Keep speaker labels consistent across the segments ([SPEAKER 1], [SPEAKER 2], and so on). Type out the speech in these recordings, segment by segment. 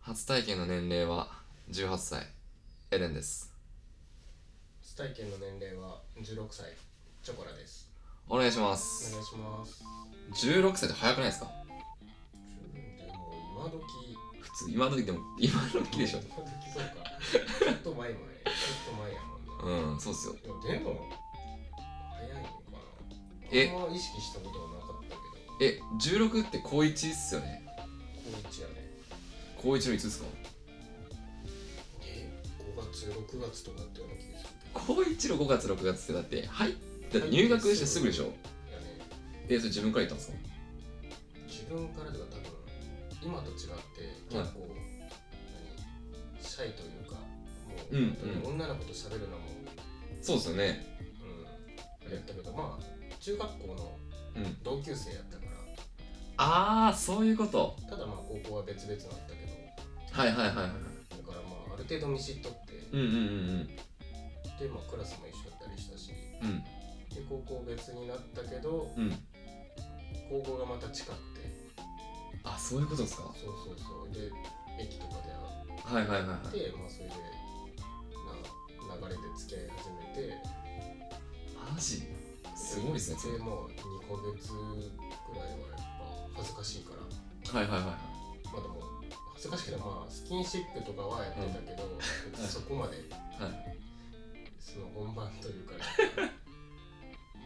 [SPEAKER 1] 初体験の年齢は18歳エレンです
[SPEAKER 2] 初体験の年齢は16歳チョコラです
[SPEAKER 1] お願いしま
[SPEAKER 2] お
[SPEAKER 1] す
[SPEAKER 2] 願いします
[SPEAKER 1] 16歳って早くないですか
[SPEAKER 2] でも今時
[SPEAKER 1] 普通今の時でも今の時でしょ
[SPEAKER 2] 今時そうかちょっと前もねちょっと前やもんな、
[SPEAKER 1] うんそうっすよ
[SPEAKER 2] でもでも早いのか
[SPEAKER 1] え
[SPEAKER 2] なあんま意識したことはなかったけど
[SPEAKER 1] え16って高1っすよね
[SPEAKER 2] 高一やね
[SPEAKER 1] 高1のいつですか
[SPEAKER 2] え5月6月とかってような気がする
[SPEAKER 1] 高1の5月6月ってだってはいだって入学してすぐでしょ
[SPEAKER 2] いやね
[SPEAKER 1] えそれ自分から言ったんですか
[SPEAKER 2] 自分からとか多分今と違って結構、何シャイというか
[SPEAKER 1] う
[SPEAKER 2] もう、
[SPEAKER 1] んう
[SPEAKER 2] 女の子と喋るのも
[SPEAKER 1] そうっすよね
[SPEAKER 2] うん、やったけどまあ中学校の
[SPEAKER 1] うん
[SPEAKER 2] 同級生やったから
[SPEAKER 1] ああそういうこと
[SPEAKER 2] ただまあ高校は別々だったけ
[SPEAKER 1] はいはいはいはい
[SPEAKER 2] どだからまあある程度見知っとって
[SPEAKER 1] うんうんうん
[SPEAKER 2] でまあクラスも一緒だったりしたしで
[SPEAKER 1] うん
[SPEAKER 2] 高校別になったけど
[SPEAKER 1] うんうん
[SPEAKER 2] 高校がまた近くて
[SPEAKER 1] あそういうことですか
[SPEAKER 2] そうそうそうで駅とかで
[SPEAKER 1] はいはいはいはい
[SPEAKER 2] 会ってまあそれでな流れで付き合い始めて
[SPEAKER 1] マジすごいですねそれ
[SPEAKER 2] でもう2ヶ月くらいはやっぱ恥ずかしいから
[SPEAKER 1] はいはいはいはい
[SPEAKER 2] まあでも恥ずかしくてまあスキンシップとかはやってた けど、
[SPEAKER 1] ん
[SPEAKER 2] そこまで
[SPEAKER 1] はい、
[SPEAKER 2] その本番というか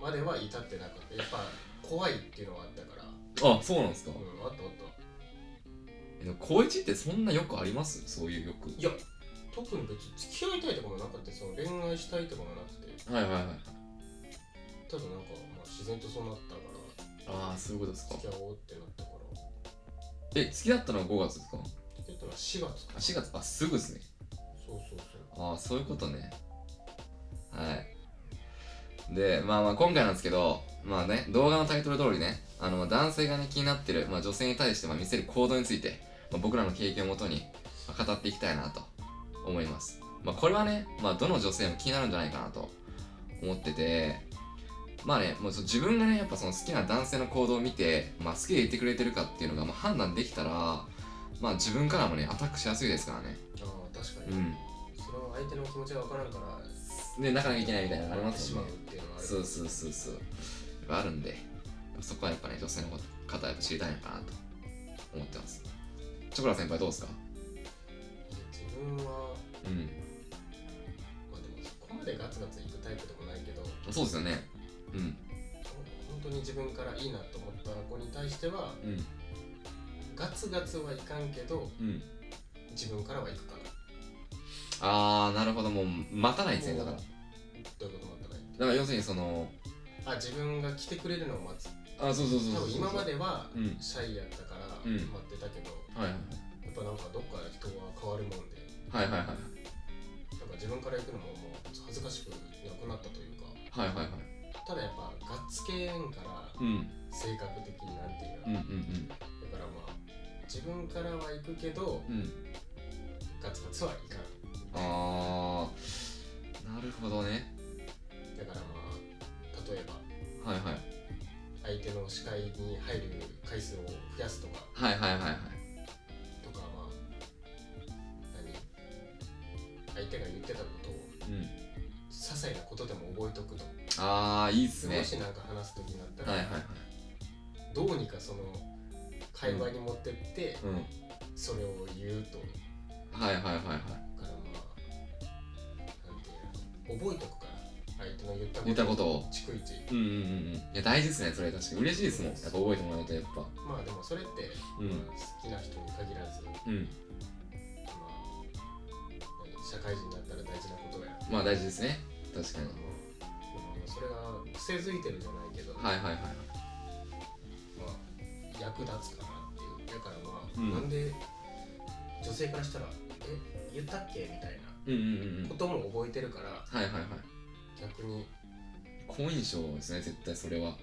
[SPEAKER 2] までは至ってなかったやっぱ怖いっていうのはあったから、う
[SPEAKER 1] あそうなんですか、
[SPEAKER 2] ん、あったあった
[SPEAKER 1] えでも高一ってそんなよくありますそういうよく
[SPEAKER 2] いや特に別に付き合いたいとかもなかったその恋愛したいとかもなくて
[SPEAKER 1] はいはいはい
[SPEAKER 2] ただなんかまあ自然とそうなったから
[SPEAKER 1] ああそういうことですか
[SPEAKER 2] 付き合おうってなったから
[SPEAKER 1] え付き合ったのは5月ですか
[SPEAKER 2] 付き合ったのは4月
[SPEAKER 1] あ
[SPEAKER 2] か
[SPEAKER 1] 4月あすぐですね
[SPEAKER 2] そうそうそ
[SPEAKER 1] あ
[SPEAKER 2] う
[SPEAKER 1] あそういうことねはいでまあまあ今回なんですけどまあね動画のタイトル通りねあのまあ男性がね気になってる、まあ、女性に対してまあ見せる行動について、まあ、僕らの経験をもとにまあ語っていきたいなと思いますまあこれはね、まあ、どの女性も気になるんじゃないかなと思っててまあねもうその自分がねやっぱその好きな男性の行動を見て、まあ、好きでいてくれてるかっていうのがまあ判断できたらまあ自分からもねアタックしやすいですからね
[SPEAKER 2] ああ確か
[SPEAKER 1] う
[SPEAKER 2] に、
[SPEAKER 1] ん
[SPEAKER 2] その相手の気持ちが分からんから
[SPEAKER 1] ね、泣かなきゃいけないみたいなのあります
[SPEAKER 2] し
[SPEAKER 1] しね
[SPEAKER 2] まうっていうのはある
[SPEAKER 1] そうそうそうそうやっぱあるんでそこはやっぱね女性の方はやっぱ知りたいのかなと思ってますチョコラ先輩どうですか
[SPEAKER 2] 自分は
[SPEAKER 1] うん
[SPEAKER 2] まあでもそこまでガツガツいくタイプでもないけど
[SPEAKER 1] そうですよねうん
[SPEAKER 2] 本当に自分からいいなと思った子に対しては
[SPEAKER 1] うん
[SPEAKER 2] ガツガツはいかんけど
[SPEAKER 1] うん
[SPEAKER 2] 自分からはいくかな
[SPEAKER 1] ああなるほどもう待たないんですねだからだ
[SPEAKER 2] どういうこともあったね
[SPEAKER 1] から要するにその
[SPEAKER 2] あ自分が来てくれるのを待つ
[SPEAKER 1] あそうそうそうそう
[SPEAKER 2] 多分今までは
[SPEAKER 1] うん
[SPEAKER 2] シャイやったから
[SPEAKER 1] うん
[SPEAKER 2] 待ってたけど、
[SPEAKER 1] はいはい
[SPEAKER 2] やっぱなんかどっか人は変わるもんで
[SPEAKER 1] はいはいはい
[SPEAKER 2] なんか自分から行くのももう恥ずかしくなくなったというか
[SPEAKER 1] はいはいはい
[SPEAKER 2] ただやっぱガッツけんから
[SPEAKER 1] うん
[SPEAKER 2] 性格的になんていう
[SPEAKER 1] う
[SPEAKER 2] の、
[SPEAKER 1] ん
[SPEAKER 2] だ
[SPEAKER 1] うん
[SPEAKER 2] からまあ自分からは行くけど
[SPEAKER 1] うんうん
[SPEAKER 2] ガツガツはいかん
[SPEAKER 1] ああなるほどね
[SPEAKER 2] だからまあ例えば
[SPEAKER 1] はいはい
[SPEAKER 2] 相手の視界に入る回数を増やすとか
[SPEAKER 1] はいはいはいはい
[SPEAKER 2] とかまあ何相手が言ってたことを
[SPEAKER 1] うん
[SPEAKER 2] 些細なことでも覚えとくと、
[SPEAKER 1] ああいいっすね
[SPEAKER 2] もし何か話す時になったら、
[SPEAKER 1] はいはいはい
[SPEAKER 2] どうにかその会話に持ってって、
[SPEAKER 1] うん
[SPEAKER 2] それを言うとだ
[SPEAKER 1] はいはいはいはい
[SPEAKER 2] からまあなんていうの覚えとくから相手の言ったこと
[SPEAKER 1] 言ったことを
[SPEAKER 2] 逐一
[SPEAKER 1] うんうんうんうんいや大事ですねそれ確かに嬉しいですもんやっぱ覚えてもらうとやっぱ
[SPEAKER 2] まあでもそれって、
[SPEAKER 1] うん
[SPEAKER 2] まあ好きな人に限らず
[SPEAKER 1] うん
[SPEAKER 2] まあ、何社会人になったら大事なことや。
[SPEAKER 1] まあ大事ですね確かに
[SPEAKER 2] うんそれが癖づいてるじゃないけど、
[SPEAKER 1] はいはいはいはい
[SPEAKER 2] まあ、役立つかなっていう。だからまあ、
[SPEAKER 1] うん
[SPEAKER 2] なんで女性からしたら、え、言ったっけみたいな
[SPEAKER 1] うんうんうんうん
[SPEAKER 2] ことも覚えてるから、
[SPEAKER 1] はいはいはい
[SPEAKER 2] 逆に、
[SPEAKER 1] 好印象ですね絶対それは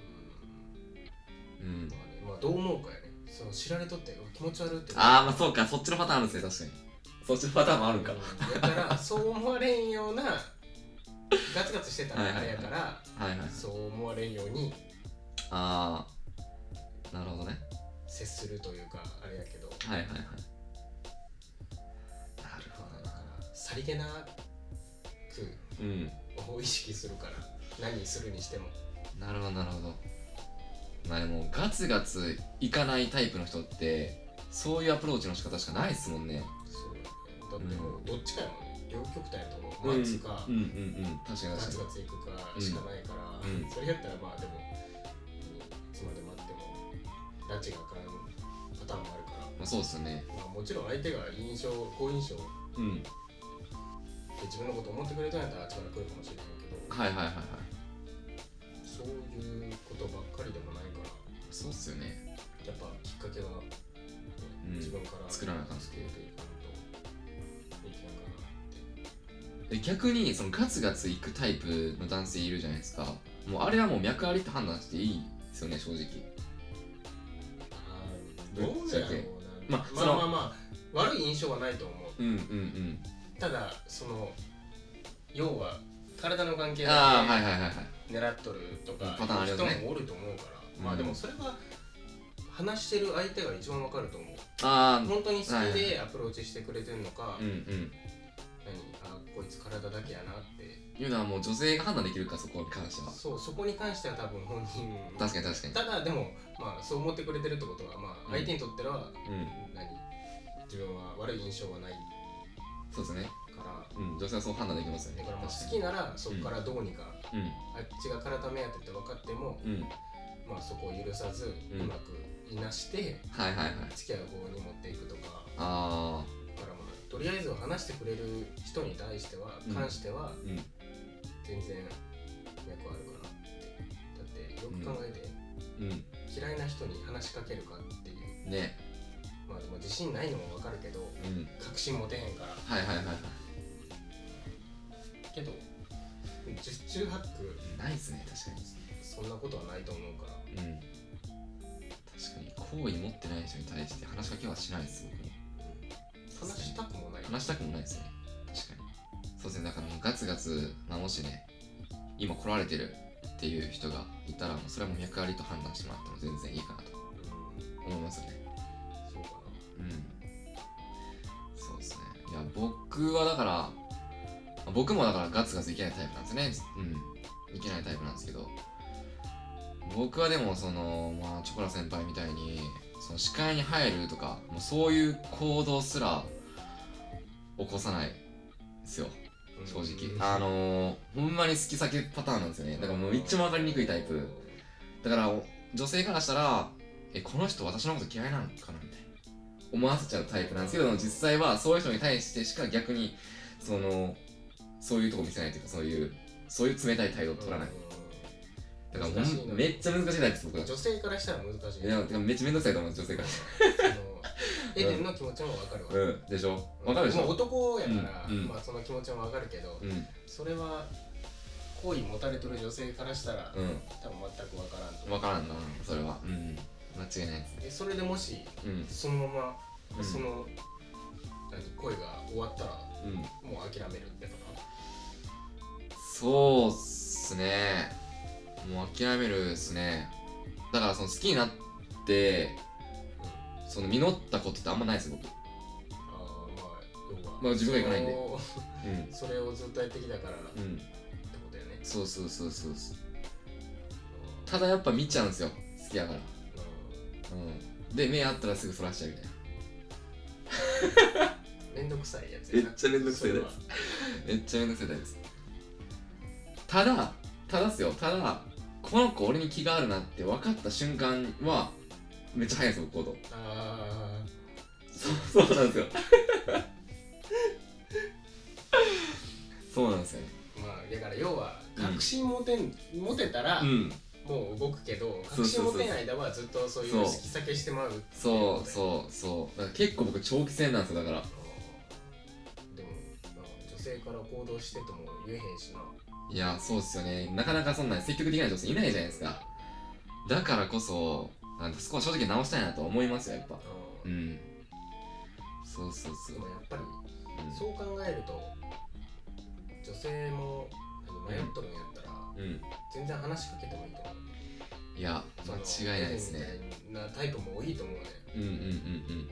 [SPEAKER 2] うん
[SPEAKER 1] うん
[SPEAKER 2] まあね、まあどう思うかやね。その知られとって、うわ気持ち悪いって。
[SPEAKER 1] ああまあそうかそっちのパターンあるんですね確かにそっちのパターンもあるんか
[SPEAKER 2] うんだから、そう思われんような、ガツガツしてたらあれやから、
[SPEAKER 1] はいはい
[SPEAKER 2] そう思われんように
[SPEAKER 1] ああなるほどね
[SPEAKER 2] 接するというか、あれやけど。
[SPEAKER 1] はいはいはい
[SPEAKER 2] りげな
[SPEAKER 1] うん
[SPEAKER 2] くを意識するから何するにしても
[SPEAKER 1] なるほどなるほどまあでもガツガツいかないタイプの人ってそういうアプローチの仕方しかないですもんね
[SPEAKER 2] そうだってもうどっちかやもんね両極端やと思う、
[SPEAKER 1] うん
[SPEAKER 2] 待つか、
[SPEAKER 1] うんうんうん確かに
[SPEAKER 2] ガ
[SPEAKER 1] 確
[SPEAKER 2] ツ
[SPEAKER 1] か
[SPEAKER 2] ガツいくかしかないから、
[SPEAKER 1] うんうん
[SPEAKER 2] それやったらまあでもいつまで待っても拉致がかんパターンもあるから
[SPEAKER 1] に、まあ、そうっすよね
[SPEAKER 2] まあ、もちろん相手が印象好印象で
[SPEAKER 1] うん
[SPEAKER 2] 自分のこと思ってくれたんやったらあっちから来るかもしれないけど、
[SPEAKER 1] はいはいはいはい
[SPEAKER 2] そういうことばっかりでもないから
[SPEAKER 1] そうっすよね
[SPEAKER 2] やっぱきっかけは、ね
[SPEAKER 1] うん
[SPEAKER 2] 自分から
[SPEAKER 1] 作らなあかん
[SPEAKER 2] 作っていかんといけんかなって
[SPEAKER 1] で逆にそのガツガツいくタイプの男性いるじゃないですかもうあれはもう脈ありって判断していいですよね正直
[SPEAKER 2] あーどうやろう
[SPEAKER 1] ま
[SPEAKER 2] な、
[SPEAKER 1] あ
[SPEAKER 2] ま
[SPEAKER 1] その
[SPEAKER 2] あまあまあ悪い印象はないと思う
[SPEAKER 1] うんうんうん
[SPEAKER 2] ただその要は体の関係
[SPEAKER 1] ああ
[SPEAKER 2] だ
[SPEAKER 1] はいはいはいはい
[SPEAKER 2] け狙っとるとか
[SPEAKER 1] パターンあるよね
[SPEAKER 2] 人もおると思うから、
[SPEAKER 1] うん
[SPEAKER 2] まあでもそれは話してる相手が一番わかると思う
[SPEAKER 1] あ
[SPEAKER 2] 本当に好き
[SPEAKER 1] はい
[SPEAKER 2] でアプローチしてくれてるのか、
[SPEAKER 1] あうんうん
[SPEAKER 2] 何あこいつ体だけやなって
[SPEAKER 1] いうのはもう女性が判断できるかそこに関しては
[SPEAKER 2] そうそこに関しては多分本人
[SPEAKER 1] 確かに確かに
[SPEAKER 2] ただでもまあそう思ってくれてるってことはまあ相手にとっては
[SPEAKER 1] うん
[SPEAKER 2] 何自分は悪い印象はない
[SPEAKER 1] そうですね
[SPEAKER 2] から
[SPEAKER 1] うん女性はそう判断できますよね
[SPEAKER 2] だからまあ
[SPEAKER 1] 確
[SPEAKER 2] 好
[SPEAKER 1] か
[SPEAKER 2] きならそこからどうにか、
[SPEAKER 1] に
[SPEAKER 2] あっちが体目当てって分かっても、
[SPEAKER 1] うんうん
[SPEAKER 2] まあ、そこを許さずう
[SPEAKER 1] うん
[SPEAKER 2] まくいなして
[SPEAKER 1] はいはいはい
[SPEAKER 2] 付き合う方に持っていくとか
[SPEAKER 1] ああ
[SPEAKER 2] だからまあとりあえずは話してくれる人に対しては
[SPEAKER 1] うん
[SPEAKER 2] 関しては
[SPEAKER 1] うん
[SPEAKER 2] 全然脈あるかなってだってよく考えて、
[SPEAKER 1] うん
[SPEAKER 2] 嫌いな人に話しかけるかっていう
[SPEAKER 1] ね
[SPEAKER 2] まあでも自信ないのも分かるけど
[SPEAKER 1] うん
[SPEAKER 2] 確信持てへんから
[SPEAKER 1] はいはいはいはい
[SPEAKER 2] けど十中八九
[SPEAKER 1] ないですね確か
[SPEAKER 2] そんなことはないと思うから
[SPEAKER 1] にうん確かに好意持ってない人に対して話しかけはしないです僕も
[SPEAKER 2] 話したくもない
[SPEAKER 1] 話したくもないですね確かにそうですねだからもうガツガツまあもしね今来られてるっていう人がいたらもうそれはもう脈ありと判断してもらっても全然いいかなと
[SPEAKER 2] うん
[SPEAKER 1] 思いますよね
[SPEAKER 2] そうか
[SPEAKER 1] うんそうですねいや僕はだから僕もだからガツガツいけないタイプなんですねうんいけないタイプなんですけど僕はでもそのまあチョコラ先輩みたいにその視界に入るとかもうそういう行動すら起こさないですよ
[SPEAKER 2] な
[SPEAKER 1] 正直
[SPEAKER 2] うん
[SPEAKER 1] あのー、ほんまに好き避けパターンなんですよねだからもう一番分かりにくいタイプだからお女性からしたらえこの人私のこと嫌いなのかなみたいな思わせちゃうタイプなんですけど実際はそういう人に対してしか逆にそのそういうとこ見せないというかそういうそういう冷たい態度を取らないだからほん
[SPEAKER 2] 難しいな
[SPEAKER 1] めっちゃ難しいタイプです僕は
[SPEAKER 2] 女性からしたら難しい
[SPEAKER 1] いやてかめっちゃ面倒くさいと思う女性か
[SPEAKER 2] あのエデンの気持ちも分かるわ、
[SPEAKER 1] らうんでしょわかるでし
[SPEAKER 2] もう
[SPEAKER 1] ょ
[SPEAKER 2] 男やから、
[SPEAKER 1] うんうん
[SPEAKER 2] まあ、その気持ちも分かるけど、
[SPEAKER 1] うん
[SPEAKER 2] それは好意持たれてる女性からしたら、
[SPEAKER 1] う
[SPEAKER 2] 多分全く分からんと
[SPEAKER 1] んわからんなそれはうん間違いないです
[SPEAKER 2] えそれでもし
[SPEAKER 1] うん
[SPEAKER 2] そのまま、
[SPEAKER 1] うん
[SPEAKER 2] その何恋が終わったら
[SPEAKER 1] うん
[SPEAKER 2] もう諦めるってとか
[SPEAKER 1] そうっすねもう諦めるっすねだからその好きになってその実ったことってあんまないです僕
[SPEAKER 2] あーまあ要は
[SPEAKER 1] まあ自分がいかないんでうん
[SPEAKER 2] そのそれをずっとやってきたからって
[SPEAKER 1] うん
[SPEAKER 2] ことよね
[SPEAKER 1] そうそうそうそうそうただやっぱ見ちゃうんですよ好きやから
[SPEAKER 2] うん
[SPEAKER 1] うんで目あったらすぐそらしちゃうみたいな
[SPEAKER 2] めんどくさいやつやな
[SPEAKER 1] めっちゃめんどくさいやつ
[SPEAKER 2] それは
[SPEAKER 1] めっちゃめんどくさいタイプですただただっすよただこの子俺に気があるなって分かった瞬間はめっちゃ早いです僕行動
[SPEAKER 2] あ
[SPEAKER 1] そうそうなんですよ そうなんですよね
[SPEAKER 2] ーまあだから要は確信持てん、持てたら、
[SPEAKER 1] うん
[SPEAKER 2] もう動くけ
[SPEAKER 1] そうそう
[SPEAKER 2] ど確
[SPEAKER 1] そう
[SPEAKER 2] 信持てない間はずっとそういう
[SPEAKER 1] そう
[SPEAKER 2] 引き裂けしてまうってい
[SPEAKER 1] そう
[SPEAKER 2] う
[SPEAKER 1] そうそうだから結構僕長期戦なんですよだから
[SPEAKER 2] あーでもまあ女性から行動してとも言えへんしない
[SPEAKER 1] やそうっすよねなかなかそんな積極的な女性いないじゃないですかだからこそなんかそこは正直直したいなと思いますよやっぱ
[SPEAKER 2] あ
[SPEAKER 1] う
[SPEAKER 2] ー
[SPEAKER 1] んそうそうそ
[SPEAKER 2] で
[SPEAKER 1] う、
[SPEAKER 2] もやっぱり
[SPEAKER 1] うん、
[SPEAKER 2] そう考えると女性も何迷っとるんやったら
[SPEAKER 1] うん
[SPEAKER 2] 全然話しかけてもいいと思う
[SPEAKER 1] いや
[SPEAKER 2] その
[SPEAKER 1] 間違いないです
[SPEAKER 2] エレ
[SPEAKER 1] ね
[SPEAKER 2] ンみたいなタイプも多いと思うね
[SPEAKER 1] うんうんうん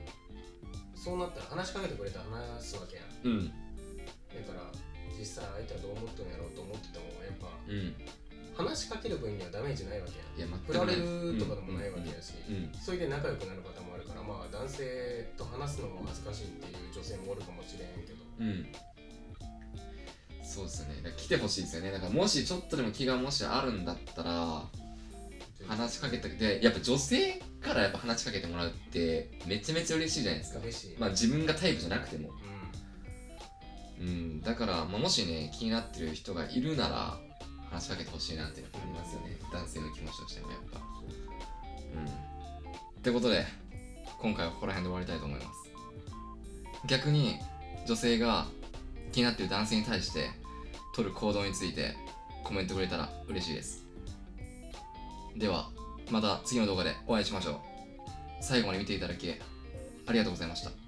[SPEAKER 2] そうなったら話しかけてくれたら話すわけやん
[SPEAKER 1] うんうん
[SPEAKER 2] だから実際相手はどう思ってんやろうと思っててもやっぱ
[SPEAKER 1] うん
[SPEAKER 2] 話しかける分にはダメージないわけや
[SPEAKER 1] いや
[SPEAKER 2] ん
[SPEAKER 1] 全く
[SPEAKER 2] 振
[SPEAKER 1] な
[SPEAKER 2] られ
[SPEAKER 1] い
[SPEAKER 2] るとかでもないわけやし、
[SPEAKER 1] うんうん
[SPEAKER 2] それで仲良くなる方もあるからまあ男性と話すのも恥ずかしいっていう女性もおるかもしれんけど
[SPEAKER 1] うん、うんそうですよねだから来てほしいですよねだからもしちょっとでも気がもしあるんだったら話しかけてでやっぱ女性からやっぱ話しかけてもらうってめちゃめちゃ嬉しいじゃないですか
[SPEAKER 2] 嬉しい、
[SPEAKER 1] まあ自分がタイプじゃなくてもう
[SPEAKER 2] う
[SPEAKER 1] んだから、まあ、もしね気になってる人がいるなら話しかけてほしいなっていうのがありますよね男性の気持ちとしてもやっぱ
[SPEAKER 2] んそう
[SPEAKER 1] うんってことで今回はここら辺で終わりたいと思います逆に女性が気になってる男性に対して取る行動についてコメントくれたら嬉しいですではまた次の動画でお会いしましょう最後まで見ていただきありがとうございました